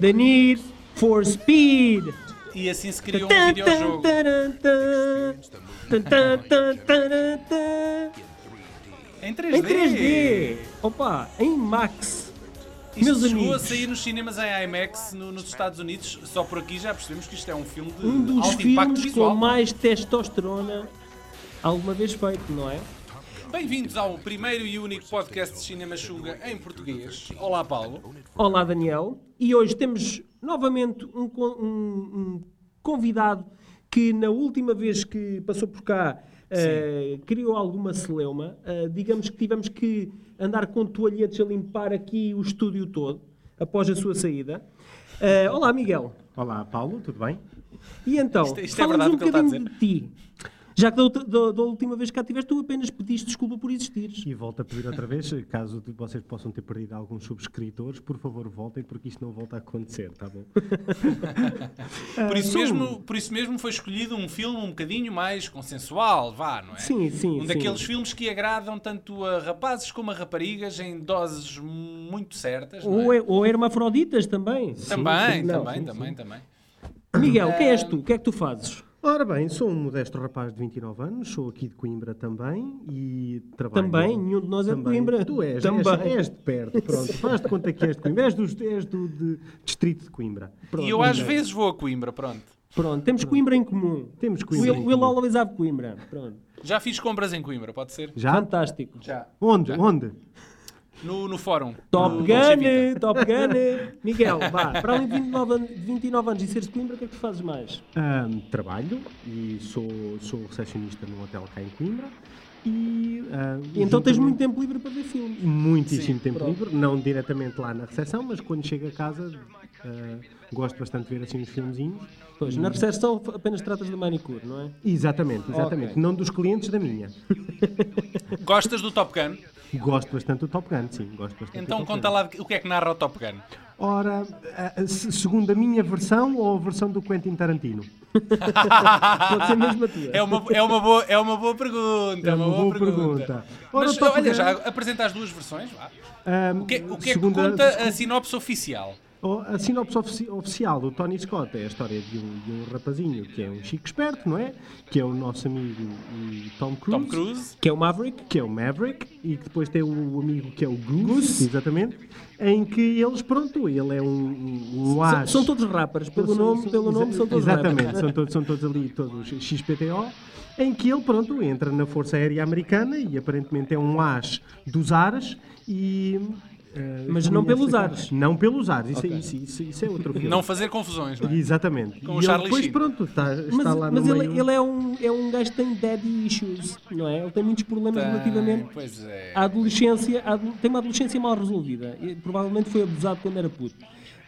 The Need for Speed. E assim se criou um videojogo. Tan, tan, tan, tan, tan. Em 3D. Em 3D. Opa, em Max. Isto Meus chegou amigos. a sair nos cinemas em IMAX no- nos Estados Unidos. Só por aqui já percebemos que isto é um filme de Um dos alto impacto filmes com visual. mais testosterona alguma vez feito, não é? Bem-vindos ao primeiro e único podcast de Cinema Xuga em português. Olá, Paulo. Olá, Daniel. E hoje temos novamente um, con- um- um convidado que, na última vez que passou por cá, eh, criou alguma celeuma. Eh, digamos que tivemos que andar com toalhetes a limpar aqui o estúdio todo, após a sua saída. Eh, olá, Miguel. Olá, Paulo, tudo bem? E então, Isto- isto é fala-nos um verdade o que ele está a bocadinho de ti. Já que da, outra- da- da última vez que cá estiveste, tu apenas pediste desculpa por existires. E volto a pedir outra vez, caso de- vocês possam ter perdido alguns subscritores, por favor voltem, porque isto não volta a acontecer, tá bom? Por isso, Ah, sou- um. mesmo, por isso mesmo foi escolhido um filme um bocadinho mais consensual, vá, não é? Sim, sim, Um sim. daqueles filmes que agradam tanto a rapazes como a raparigas em doses muito certas. Não Ou, é? é, ou hermafroditas também. Também, Não, também, sim, também, também. Miguel, quem és tu? O que é que tu fazes? Ora bem, sou um modesto rapaz de 29 anos, sou aqui de Coimbra também e trabalho... Também, nenhum de nós é de Também. Coimbra. Tu és, Também. és, és de perto, pronto, faz de conta que és de Coimbra, és do, és do de- distrito de Coimbra. Pronto, E eu às é. ainda. vezes vou a Coimbra, pronto. Pronto, temos Coimbra em comum. Temos Coimbra Will, em will comum. always have Coimbra. Pronto. Já fiz compras em Coimbra, pode ser? Já? Fantástico. Já. Onde? Onde? No, no fórum. Top no Dolce Vita. Gun, Top Gun. Miguel, vá, para além de 29, an- 29 anos e seres de Coimbra, o que é que tu fazes mais? Ahm, trabalho e sou, sou recepcionista num hotel cá em Coimbra e... ah, E então tens juntamente- muito tempo livre para ver filmes. muitíssimo Sim, tempo pronto. livre, não diretamente lá na recepção, mas quando chego a casa eh, gosto bastante de ver assim os filmezinhos. Pois, na recepção f- apenas tratas de manicure, não é? Exatamente, exatamente. Ok. Não dos clientes da minha. Gostas do Top Gun? Gosto bastante do Top Gun, sim, gosto bastante. do Então Top conta Gun. lá de- o que é que narra o Top Gun. Ora, a- a- se- segundo a minha versão ou a versão do Quentin Tarantino? Pode ser mesmo a tua. É uma, é uma, boa, é uma boa pergunta. É uma boa, pergunta. Ora, Mas o Top olha, Gun, já apresenta as duas versões. Vá. ahm, O que, o que é que segundo a- conta a sinopse oficial? Oh, A sinopse ofici- oficial do Tony Scott é a história de um, de um rapazinho que é um chico esperto, não é? Que é o nosso amigo hum, Tom Cruise. Tom Cruise. Que é o Maverick. que é o Maverick, e que depois tem o amigo que é o Goose, exatamente, em que eles, pronto, ele é um, um, um São, as. são todos rappers, pelo São- nome, são- pelo nome são todos Exatamente, rappers. são todos, são todos ali, todos XPTO, em que ele, pronto, entra na Força Aérea Americana e aparentemente é um as dos ares e... eh, Mas não conhece- pelos ares. Não pelos ares, isso, é- isso, isso, isso é outro filme. Não fazer confusões, não é? Exatamente. Com o e ele Charlie depois, Sheen. pronto, está, está Mas, lá mas no ele, meio... ele é, um, é um gajo que tem daddy issues, não é? Ele tem muitos problemas Tem, relativamente Pois é. A adolescência, a ado- tem uma adolescência mal resolvida. E Provavelmente foi abusado quando era puto.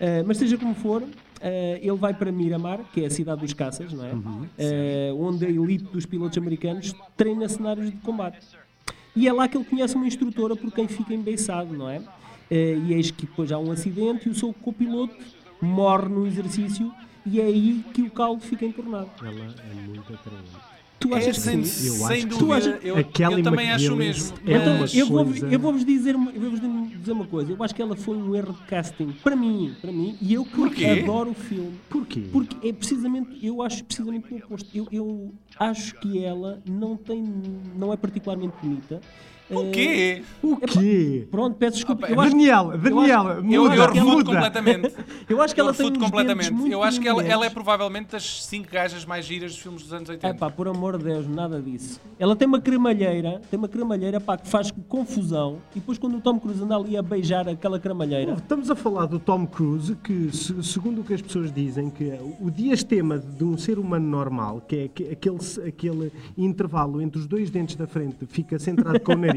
Ah, mas seja como for, ah, ele vai para Miramar, que é a cidade dos caças, não é? Uhum. Ah, onde a elite dos pilotos americanos treina cenários de combate. E é lá que ele conhece uma instrutora por quem fica embeiçado, não é? Ah, e eis que depois há um acidente e o seu copiloto morre no exercício e é aí que o caldo fica entornado. Ela é muito atraente. Tu É, achas sem, que sim? eu sem acho que sim. Tu dúvida. achas- Eu, A eu Kelly também acho o McGillis mesmo. é Então, uma mas- eu vou-vos coisa- eu vou-vos dizer, uma- eu vou-vos dizer uma coisa. Eu acho que ela foi um erro de casting. Para mim, para mim. E eu que Porquê? adoro o filme. Porquê? Porque é precisamente, eu acho precisamente o oposto. Eu, eu acho que ela não tem, não é particularmente bonita. O Eh, quê? O quê? Pronto, peço desculpa. Ah, pá, eu acho, Daniel, Daniel, acho- Eu, Muda, eu refuto muda. é completamente. eu acho que Eu ela tem refuto uns completamente. dentes muito Eu acho que ela, ela é grandes. provavelmente das 5 gajas mais giras dos filmes dos anos 80. É pá, por amor de Deus, nada disso. Ela tem uma cremalheira, tem uma cremalheira pá, que faz confusão. E depois quando o Tom Cruise anda ali a beijar aquela cremalheira, Estamos a falar do Tom Cruise, que se- segundo o que as pessoas dizem, que é o diastema de um ser humano normal, que é que- aquele, aquele intervalo entre os dois dentes da frente fica centrado com o nariz,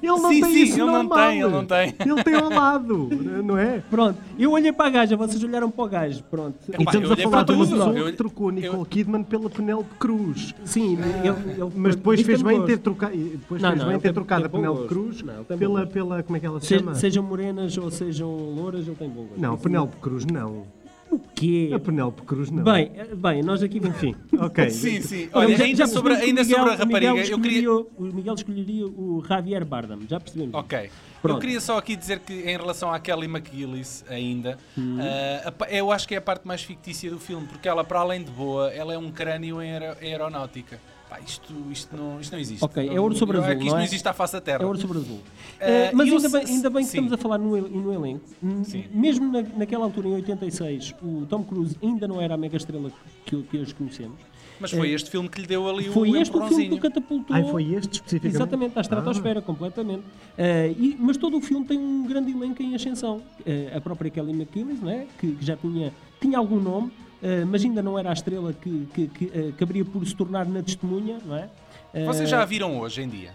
ele não Sim, tem sim, isso ele não normal. tem, ele não tem. Ele tem ao lado, não é? Pronto, eu olhei para a gaja, vocês olharam para o gajo, pronto. E Epá, estamos eu a olhei falar de para uma tudo. pessoa Eu- que trocou a Nicole eu- Kidman pela Penélope Cruz. Sim, ele, ele- Mas depois ele fez tem bem bom ter um gosto. trocado, depois Não, fez não, bem ele ter tem- trocado tem a bom Penélope gosto. Cruz Não, ele tem bom pela, gosto. pela, como é que ela se Se- chama? Sejam morenas ou sejam louras, ele tem bom gosto. Não, Isso Penélope Cruz não. O quê? A Penélope Cruz não. Bem, eh, bem, nós aqui, enfim. ok. Sim, sim. Olha, Olha, já- ainda, já sobre, percebemos que ainda o Miguel- sobre a o Miguel rapariga, eu queria. escolheria- O Miguel escolheria o Javier Bardem, já percebemos. Ok. Eu Pronto. queria só aqui dizer que em relação à Kelly McGillis ainda, Uhum. ah, a pa- eu acho que é a parte mais fictícia do filme, porque ela, para além de boa, ela é um crânio em aero- aeronáutica. Pá, isto, isto, não, isto não existe. Ok, Não- é ouro sobre eu- azul, que isto não é? existe à face da Terra. É ouro sobre azul. Eh, Eh, mas eu ainda se- bem, ainda bem que sim. estamos a falar no, el- no elenco. N- Sim. Mesmo na- naquela altura, em 86, o Tom Cruise ainda não era a mega estrela que, que hoje conhecemos. Mas foi este filme que lhe deu ali É. Foi o este o filme que empurrãozinho. o catapultou. Ai, foi este especificamente? Exatamente, à estratosfera, Ah. completamente. Eh, e- mas todo o filme tem um grande elenco em ascensão. Eh, a própria Kelly McKillis, não é? que, que já tinha, tinha algum nome, eh, mas ainda não era a estrela que, que, que eh, acabaria por se tornar na testemunha, não é? Eh, Vocês já a viram hoje em dia?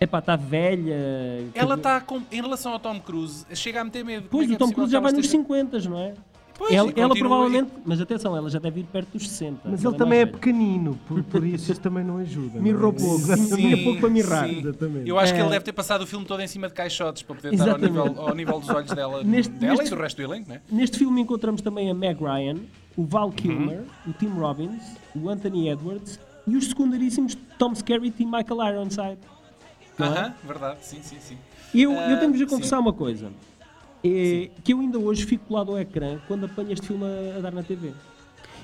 Epá, está velha. Ela quer dizer- está, com- em relação ao Tom Cruise, chega a meter medo. Como Pois, é que o é Tom possível Cruise que já ela vai nos esteja- 50, não é? Pois, e ela, ela continua- provavelmente, mas atenção, ela já deve ir perto dos 60. Mas ela ele também é mais velha. pequenino, por, por isso isso também não ajuda. Mirrou não é? assim, um pouco. Exatamente. Sim, é pouco para mirrar. sim. Exatamente. Eu acho que É. ele deve ter passado o filme todo em cima de caixotes para poder estar ao Exatamente. nível, ao nível dos olhos dela, Neste- dela neste- e do resto do elenco, não é? Neste filme encontramos também a Meg Ryan, o Val Kilmer, o Tim Robbins, o Anthony Edwards e os secundaríssimos Tom Skerritt e Michael Ironside. Não é? Aham, verdade, sim, sim, sim. Eu, Ah, eu tenho de sim. vos confessar uma coisa. É, que eu ainda hoje fico colado ao ecrã quando apanho este filme a, a dar na TV.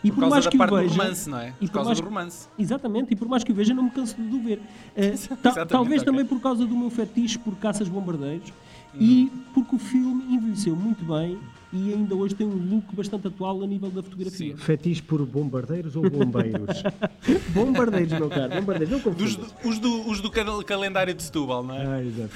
E Por, causa da o parte do veja- romance, não é? e Por por causa mais do romance. Exatamente, e por mais que o veja, não me canso de o ver. Eh, ta- Exatamente, talvez ok. também por causa do meu fetiche por caças bombardeiros e Uhum. porque o filme envelheceu muito bem e ainda hoje tem um look bastante atual a nível da fotografia. Fetiche por bombardeiros ou bombeiros? Bombardeiros, meu caro, bombardeiros, não Dos, confundas. os do, os do cal- calendário de Setúbal, não é? ah, exato.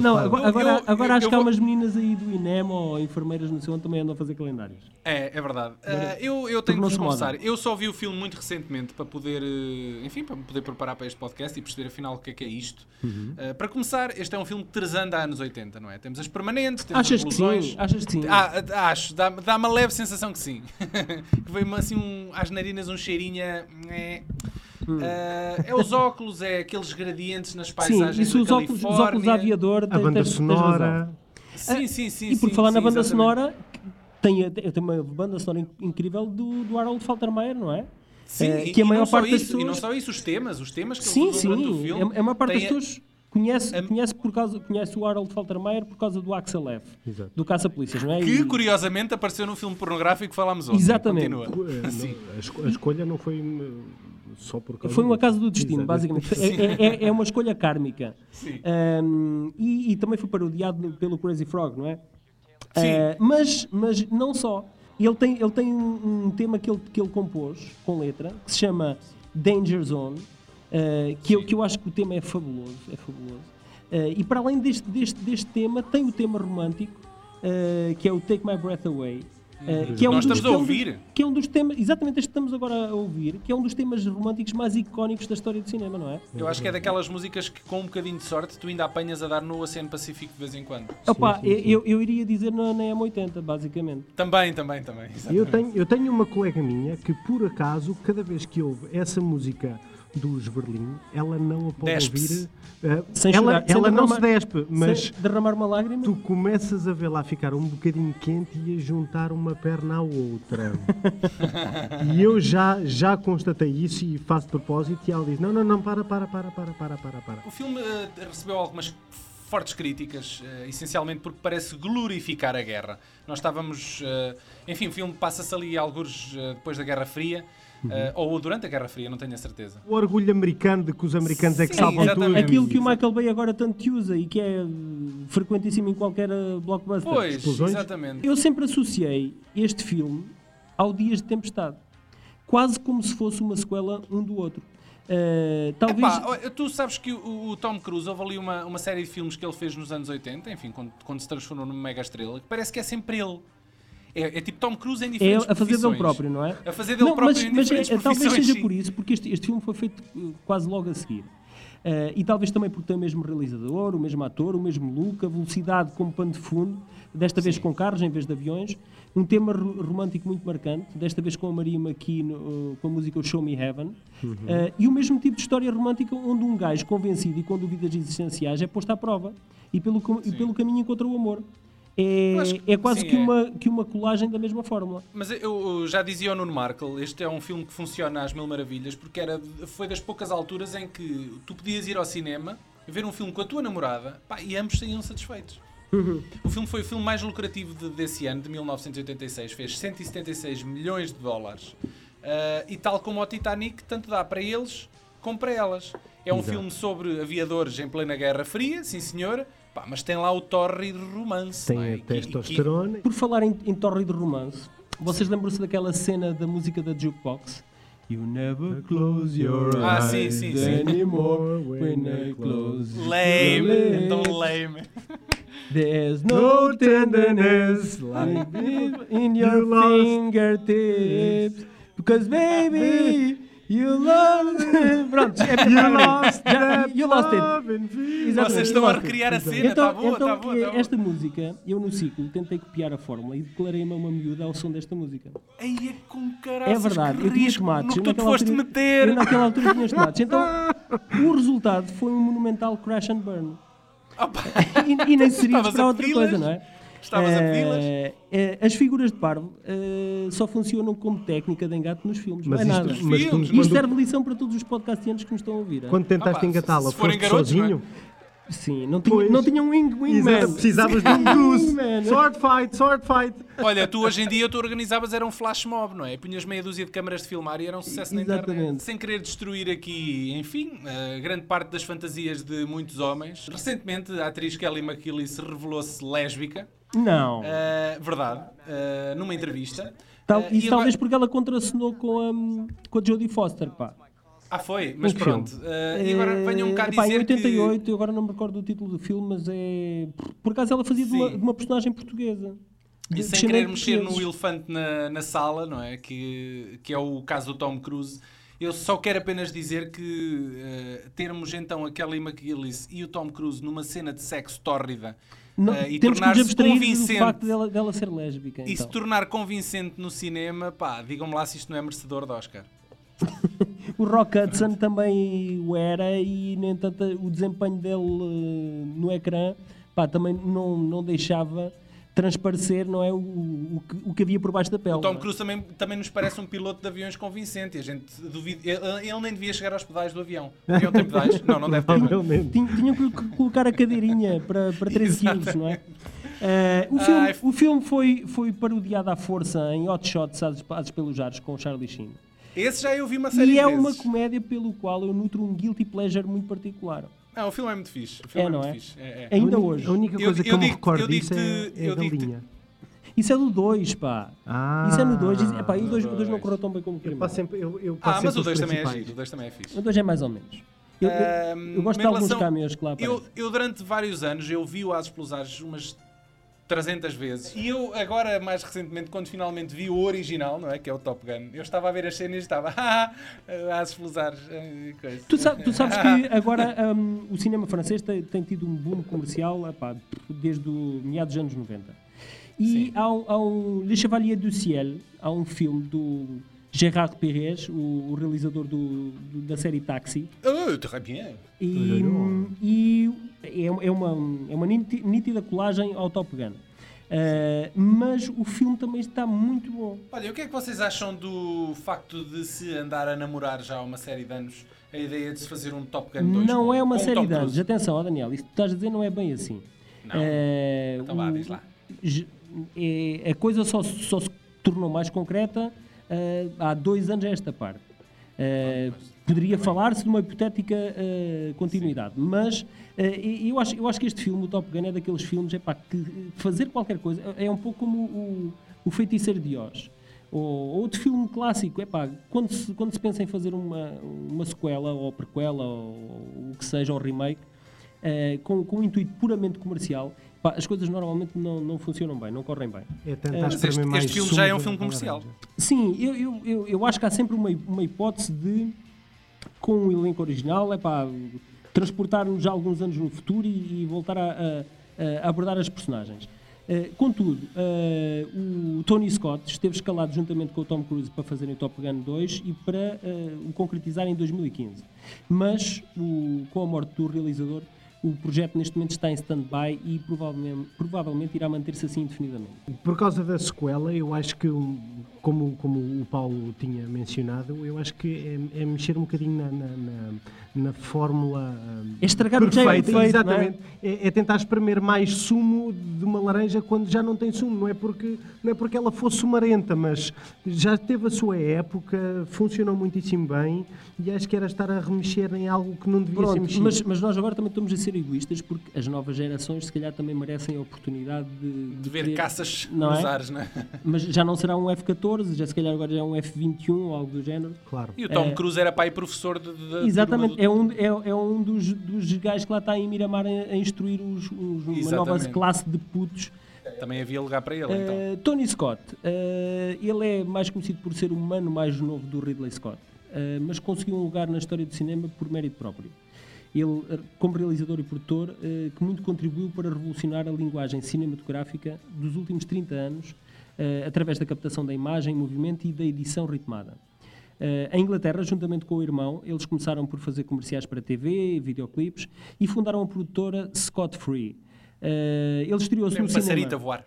Não, agora, agora, eu- agora eu acho que há vou- umas meninas aí do INEM ou enfermeiras no seu onde também andam a fazer calendários. É, é verdade. Ah, eu, eu tenho que vos Tornou-se moda. confessar, eu só vi o filme muito recentemente para poder, eh, enfim, para me poder preparar para este podcast e perceber afinal o que é que é isto. Uhum. Ah, para começar, este é um filme que transanda anos 80, não é? Temos as permanentes, temos Achas as que ilusões. sim? Achas que sim? Ah, ah, acho, dá- dá-me a leve sensação que sim. que veio-me assim um, às narinas um cheirinho. a- né. Ah, é os óculos, é aqueles gradientes nas Hum. Sim, paisagens isso da os óculos, os Califórnia. óculos de aviador A tens- banda tens- tens razão. sonora. Sim, sim, sim. E por sim, falar na sim, banda exatamente. sonora, tem, tem tem uma banda sonora in- incrível do, do Harold Faltermeyer, não é? Sim, Eh, e, que a e maior não só parte das isso, E não pessoas. só isso, os temas, os temas que Sim, ele usou durante o sim. filme. é- é A maior parte das têm- pessoas conhece, a- conhece, por causa, conhece o Harold Faltermeyer por causa do Axel F. Exato. Do Caça-Polícias, não é? Que E- curiosamente apareceu num filme pornográfico que falámos ontem. Exatamente. Continua. Eh, não, a, esco- a escolha não foi hum, só por causa Foi um disso. acaso do destino, Exato. basicamente. É, é- é- é uma escolha kármica. Sim. Ahm, e, e também foi parodiado no- pelo Crazy Frog, não é? Sim. Ah, mas, mas não só. Ele tem, ele tem um, um tema que ele, que ele compôs com letra, que se chama Danger Zone, ah, que, eu, que eu acho que o tema é fabuloso. É fabuloso. Ah, e para além deste, deste, deste tema, tem o tema romântico, ah, que é o Take My Breath Away. ah, que é um Nós dos- estamos a que é um dos- ouvir. que é um dos temas, exatamente este que estamos agora a ouvir, que é um dos temas românticos mais icónicos da história do cinema, não é? Eu acho que é daquelas músicas que, com um bocadinho de sorte, tu ainda apanhas a dar no Oceano Pacífico de vez em quando. Opa, Eu, eu iria dizer na, na M80, basicamente. Também, também, também. exatamente. Eu tenho, eu tenho uma colega minha que, por acaso, cada vez que ouve essa música dos Berlim, ela não a pode Despe-se. ouvir. eh, Sem ela chorar, sem ela não derramar- se despe, mas Sem derramar uma lágrima. tu começas a vê-la a ficar um bocadinho quente e a juntar uma perna à outra. e eu já, já constatei isso e faço de propósito e ela diz: Não, não, não, para, para, para, para, para, para, para. O filme eh, recebeu algumas fortes críticas, eh, essencialmente porque parece glorificar a guerra. Nós estávamos. eh, enfim, o filme passa-se ali alguns depois da Guerra Fria, eh, Uhum. ou durante a Guerra Fria, não tenho a certeza. O orgulho americano de que os americanos é que Sim, salvam tudo. exatamente. Aquilo que o Michael Bay agora tanto usa e que é hum, frequentíssimo em qualquer eh, blockbuster. Pois, explosões? exatamente. Eu sempre associei este filme ao Dias de Tempestade. Quase como se fosse uma sequela um do outro. Eh, talvez. Epá, ó, tu sabes que o, o Tom Cruise, houve ali uma, uma série de filmes que ele fez nos anos 80, enfim, quando, quando se transformou numa mega estrela, que parece que é sempre ele. É, é tipo Tom Cruise em é diferentes a fazer dele profissões. próprio, não é? A fazer dele Não, próprio mas, em mas diferentes é- talvez profissões, seja sim. por isso, porque este, este filme foi feito eh, quase logo a seguir. Eh, e talvez também porque tem o mesmo realizador, o mesmo ator, o mesmo look, a velocidade como pano de fundo, desta vez com carros em vez de aviões. Um tema ro- romântico muito marcante, desta vez com a Maria McKean, eh, com a música Show Me Heaven. Eh, e o mesmo tipo de história romântica onde um gajo convencido e com dúvidas existenciais é posto à prova e pelo, cam- e pelo caminho encontra o amor. é, Eu acho que- é quase sim, que, é. Uma, que uma colagem da mesma fórmula. Mas eu, eu já dizia ao Nuno Markle, este é um filme que funciona às mil maravilhas, porque era, foi das poucas alturas em que tu podias ir ao cinema, ver um filme com a tua namorada, pá, e ambos saíam satisfeitos. Uhum. O filme foi o filme mais lucrativo de- desse ano, de 1986, fez 176 milhões de dólares. Ah, e tal como o Titanic, tanto dá para eles como para elas. É um filme sobre aviadores em plena Guerra Fria, sim senhor, pá, mas tem lá o torre de romance. não é? E Tem a que- e que- testosterona. Por falar em, em torrido romance, vocês lembram-se daquela cena da música da jukebox? You never close your eyes Ah, sim, sim, sim. anymore when I close your Lame, lips. então lame. There's no No tenderness like like this in your You lost- fingertips because baby you lost Pronto, é you para- lost Já- that you lost it. love and fear. Exatamente, Vocês estão a you lost it. recriar a cena, então, tá boa, então, tá boa, eh, tá boa. esta música, eu no ciclo tentei copiar a fórmula e declarei-me a uma miúda ao som desta música. Aí é com caralho. É verdade, que eu tinha risco tomates. no eu que tu te naquela foste altura- meter. Eu naquela altura tinha os tomates. Então, o resultado foi um monumental crash and burn. Ah, pá, E, e nem seria Estavas a para outra pedi-las? coisa, não é? Estavas a pedi-las? Eh, eh, as figuras de parvo eh, só funcionam como técnica de engate nos filmes, não Mas é isto, nada. mas tu- Filmes, Isto quando, serve lição para todos os podcastianos que nos estão a ouvir. é? quando Ah, tentaste pá, engatá-la, se forem foste garotos, não é? sozinho? Sim, não tinha, Pois. não tinha um wing, wingman. Exato, precisavas de um cruise. Wingman. Sword fight, sword fight. Olha, tu hoje em dia tu organizavas era um flash mob, não é? Punhas meia dúzia de câmaras de filmar e era um sucesso na internet. Exatamente. Sem querer destruir aqui, enfim, a grande parte das fantasias de muitos homens. Recentemente, a atriz Kelly McKinley se revelou-se lésbica. Não. Ah, verdade. Ah, numa entrevista. Tal- Ah, isso e agora- talvez porque ela contracenou com a, com a Jodie Foster, pá. Ah, foi? Mas Um pronto. filme. Eh, Ah, e agora venham um bocado Epá, em dizer que- 88, eu agora não me recordo do título do filme, mas é... Por acaso ela fazia de uma, Sim. de uma personagem portuguesa. E De- sem de querer descendentes mexer no portugueses. elefante na, na sala, não é? Que, que é o caso do Tom Cruise. Eu só quero apenas dizer que eh, termos então a Kelly McGillis e o Tom Cruise numa cena de sexo tórrida Não, eh, e temos que nos tornar-se abstrair do convincente facto dela, dela ser lésbica. e se então. tornar convincente no cinema, pá, digam-me lá se isto não é merecedor de Oscar. O Rock Hudson também o era e, no entanto, o desempenho dele eh, no ecrã pá, também não, não deixava transparecer não é, o, o, que, o que havia por baixo da pele. O Tom não é? Cruise também, também nos parece um piloto de aviões convincente. e A gente duvida, ele, ele nem devia chegar aos pedais do avião. O avião tem um pedais? Não, não deve ter. não é? Provavelmente. Tinha- Tinham que co- colocar a cadeirinha para, para 13 quilos, não é? Eh, o, filme, Ai, f- o filme foi, foi parodiado à força em hot shots às, às pelos ares com o Charlie Sheen. Esse já eu vi uma E série de é uma vezes. comédia pelo qual eu nutro um guilty pleasure muito particular. Não, o filme é muito fixe. O É, filme é, não muito é? fixe. É, é. Ainda A uni- hoje. A única Eu- coisa eu que eu me digo- eu recordo disso é, digo-te- é eu da digo-te- linha. Isso é do 2, pá. Ah, Isso é no 2. E o 2 não correu tão bem como o Eu primeiro. passo sempre, eu, eu passo Ah, mas sempre o os 2 também é principais. giro, o 2 também é fixe. O 2 é mais ou menos. Eu, eu- Ahm, eu gosto em de alguns relação- cameos que lá aparecem. Eu, eu durante vários anos eu vi-o às explosões umas 300 vezes. E eu agora, mais recentemente, quando finalmente vi o original, não é? Que é o Top Gun, eu estava a ver as cenas e estava "Ah, às explosões. eh, Tu, sa- tu sabes que agora hum, o cinema francês tem, tem tido um boom comercial epá, desde o meados dos anos 90. E há um, há um Le Chevalier du Ciel, há um filme do Gérard Pérez, o, o realizador do- do- da série Taxi, Oh, très bien. e, e é, um- é uma, é uma niti- nítida colagem ao Top Gun. Eh, mas o filme também está muito bom. Olha, o que é que vocês acham do facto de se andar a namorar já há uma série de anos? A ideia de se fazer um Top Gun 2 Não com- é uma com um o série Tom de anos. Cruise? Atenção, ó Daniel, isso que tu estás a dizer não é bem assim. Não. É, Então vá, o- diz lá. j- é- a coisa só, se- só se tornou mais concreta eh, há dois anos a esta parte. Eh, poderia falar-se de uma hipotética eh, continuidade, mas eh, e- eu, acho, eu acho que este filme, o Top Gun, é daqueles filmes epá, que fazer qualquer coisa é é um pouco como o, o Feiticeiro de Oz. Ou ou outro filme clássico, epá, quando, se, quando se pensa em fazer uma, uma sequela ou prequela ou, o que seja, ou remake, eh, com, com um intuito puramente comercial, pá, as coisas normalmente não, não funcionam bem, não correm bem. É tentar Mas este- espremer este mais filme sumo já é um da- filme da comercial. laranja. Sim, eu, eu, eu, eu acho que há sempre uma, hi- uma hipótese de, com o elenco original, é pá, transportar-nos alguns anos no futuro e, e voltar a, a- a abordar as personagens. Eh, contudo, eh, o Tony Scott esteve escalado juntamente com o Tom Cruise para fazerem o Top Gun 2 e para eh, o concretizar em 2015. Mas, o- com a morte do realizador, O projeto neste momento está em stand-by e provavelmente, provavelmente irá manter-se assim indefinidamente. Por causa da sequela, eu acho que, um, como, como o Paulo tinha mencionado, eu acho que é, é mexer um bocadinho na, na, na, na fórmula hum, É estragar o que já é feito, exatamente. É? é tentar espremer mais sumo de uma laranja quando já não tem sumo. Não é porque, não é porque ela fosse sumarenta, mas já teve a sua época, funcionou muitíssimo bem e acho que era estar a remexer em algo que não devia ser Pronto, mexido. mas, mas nós agora também estamos a ser egoístas porque as novas gerações se calhar também merecem a oportunidade de, De ver querer- caças Não nos é? ares, né? Mas já não será um F-14, já se calhar agora já é um F-21 ou algo do género. Claro. E o Tom Cruise era pai professor de. de- da É. Exatamente, turma é um, é, é um dos, dos gajos que lá está em Miramar a, a instruir os, os- uma nova Exatamente. classe de putos. do- Também havia lugar para ele, então. Eh, Tony Scott, eh, ele é mais conhecido por ser o humano mais novo do Ridley Scott, eh, mas conseguiu um lugar na história do cinema por mérito próprio. Ele, eh, como realizador e produtor, eh, que muito contribuiu para revolucionar a linguagem cinematográfica dos últimos 30 anos, eh, através da captação da imagem, movimento e da edição ritmada. Eh, em Inglaterra, juntamente com o irmão, eles começaram por fazer comerciais para TV, videoclipes e fundaram a produtora Scott Free. Eh, ele estreou-se Tem no um passarito a cinema. voar.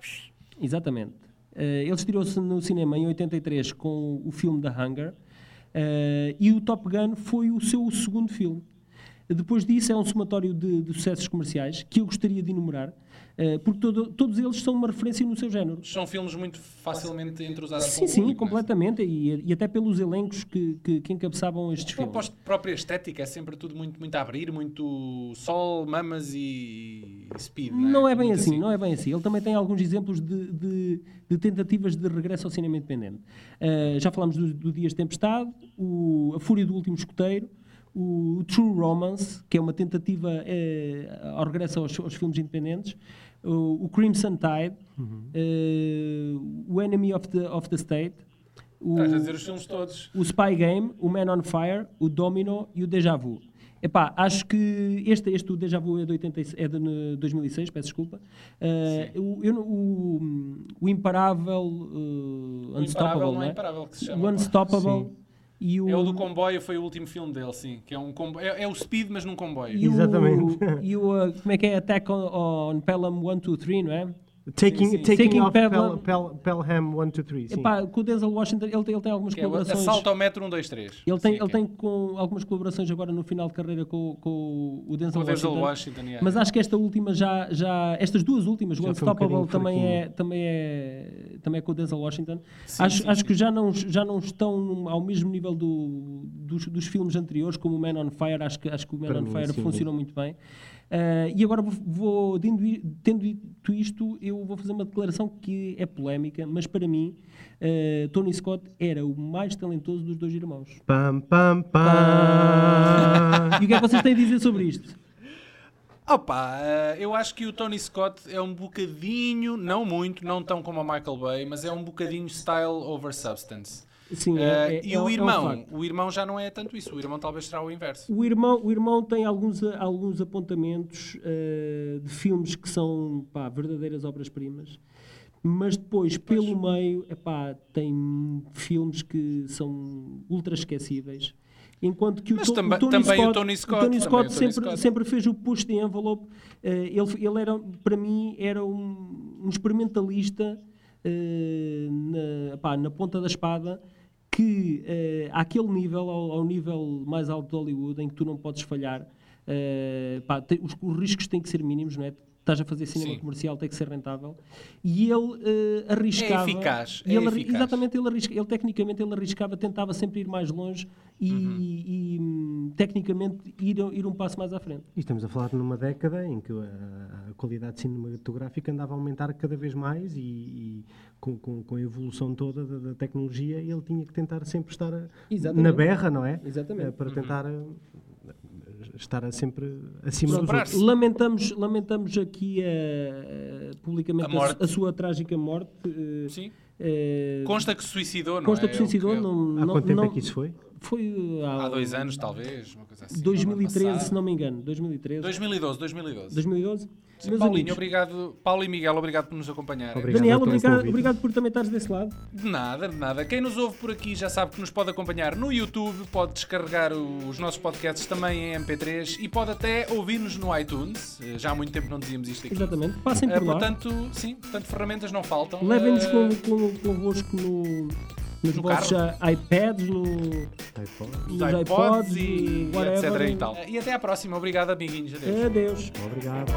Exatamente. Eh, ele estreou-se no cinema em 83 com o filme The Hunger eh, e o Top Gun foi o seu segundo filme. Depois disso é um somatório de, de sucessos comerciais que eu gostaria de enumerar, eh, porque todo- todos eles são uma referência no seu género. São filmes muito facilmente entrosados com Sim, o sim, público, não é? completamente, e, e até pelos elencos que, que, que encabeçavam estes A filmes. proposta própria estética é sempre tudo muito, muito a abrir, muito sol, mamas e e speed. Não é bem Muito assim, não é bem assim. Ele também tem alguns exemplos de, de- de tentativas de regresso ao cinema independente. Ah, já falámos do, do Dias de Tempestade, o- A Fúria do Último Escoteiro, o, True Romance, que é uma tentativa eh, ao regresso aos, aos filmes independentes, o, o Crimson Tide, eh, o Enemy of the, of the State, o, Estás a dizer os filmes todos. o Spy Game, o Man on Fire, o Domino e o Deja Vu. Epá, acho que este, este o Deja Vu é de, 86 é de eh, 2006, peço desculpa. Eh, o, eu não- o, o Imparável, eh, O Unstoppable, Imparável não não é é? Imparável que se o chama. pá. Unstoppable e o... É o do comboio, foi o último filme dele, sim. Que é, um combo... é, é o speed, mas num comboio. e o- Exatamente. E o, eh, como é que é? Attack on, on Pelham 1, 2, 3, não é? Taking, Sim, sim. taking, Taking off Pelham, Pelham- Pel, Pelham 1, 2, 3. Sim. Epá, com o Denzel Washington, ele tem, ele tem algumas Que é o colaborações... assalto ao metro 1, 2, 3. Ele tem, ele tem com algumas colaborações agora no final de carreira com, com o Denzel o Denzel Washington. Washington, yeah. Mas acho que esta última já, já estas duas últimas, o Já foi um Unstoppable bocadinho também, é, fraquinho. também, é, também é com o Denzel Washington. Sim, acho sim, acho que já não, já não estão ao mesmo nível do, dos, dos filmes anteriores, como o Man on Fire. Acho que, acho que o Man Para on mim, Fire sim. funcionou muito bem. Ah, e agora vou, vou- tendo, i- tendo dito isto, eu vou fazer uma declaração que é polémica, mas para mim, ah, Tony Scott era o mais talentoso dos dois irmãos. Pam, pam, pam. E o que é que vocês têm a dizer sobre isto? Opa, eh, eu acho que o Tony Scott é um bocadinho, não muito, não tão como o Michael Bay, mas é um bocadinho style over substance. Sim, Eh, e um- o um irmão, facto. o irmão já não é tanto isso, o irmão talvez será o inverso. O irmão, o irmão tem alguns, eh, alguns apontamentos eh, de filmes que são pá, verdadeiras obras-primas, mas depois, pelo meio, epá, tem filmes que são ultra esquecíveis. Enquanto que o, Mas To- também- o, Tony, também Scott, o Tony Scott, também o Tony sempre, Scott. sempre fez o push de envelope. Eh, ele, ele era, para mim, era um, um experimentalista eh, na, pá, na ponta da espada que eh, àquele nível, ao, ao nível mais alto de Hollywood, em que tu não podes falhar, eh, pá, te- os, os riscos têm que ser mínimos, não é? Estás a fazer cinema Sim. comercial, tem que ser rentável. E ele eh, arriscava. eficaz, e é ele, arri- eficaz. Exatamente, ele, arrisca, ele tecnicamente ele arriscava, tentava sempre ir mais longe e, Uhum. e, hum, tecnicamente ir, ir um passo mais à frente. E estamos a falar numa década em que a, a qualidade cinematográfica andava a aumentar cada vez mais e, e com, com- com a evolução toda da, da tecnologia ele tinha que tentar sempre estar a- Exatamente. na berra, não é? Exatamente. Uhum. Eh, Para tentar eh, estar a sempre acima dos Superar-se. outros. Lamentamos, lamentamos aqui eh, publicamente A su- morte. a sua trágica morte. eh, Sim. eh, Consta que se suicidou, não Consta é? que É o suicidou, é o- não, Há não, quanto tempo não- é que isso foi? Foi eh, há, Há dois anos, talvez, uma coisa assim. 2013, se Ano não me engano. 2013. passado. 2012, 2012. 2012. Sim, Meus Paulinho, amigos, obrigado. Paulo e Miguel, obrigado por nos acompanharem. Obrigado. Daniel, pelo obrigado, convite. obrigado por também estares desse lado. De nada, de nada. Quem nos ouve por aqui já sabe que nos pode acompanhar no YouTube, pode descarregar o- os nossos podcasts também em MP3 e pode até ouvir-nos no iTunes. Eh, Já há muito tempo não dizíamos isto aqui. Exatamente. Passem Eh, por lá. portanto, sim, portanto, ferramentas não faltam. Levem-nos Eh, com, com, convosco no, nos No vossos ah, iPads, no, os nos iPods iPods e, e whatever. etc. E, tal. Eh, e até à próxima. Obrigado, amiguinhos. Adeus. Adeus. Obrigado.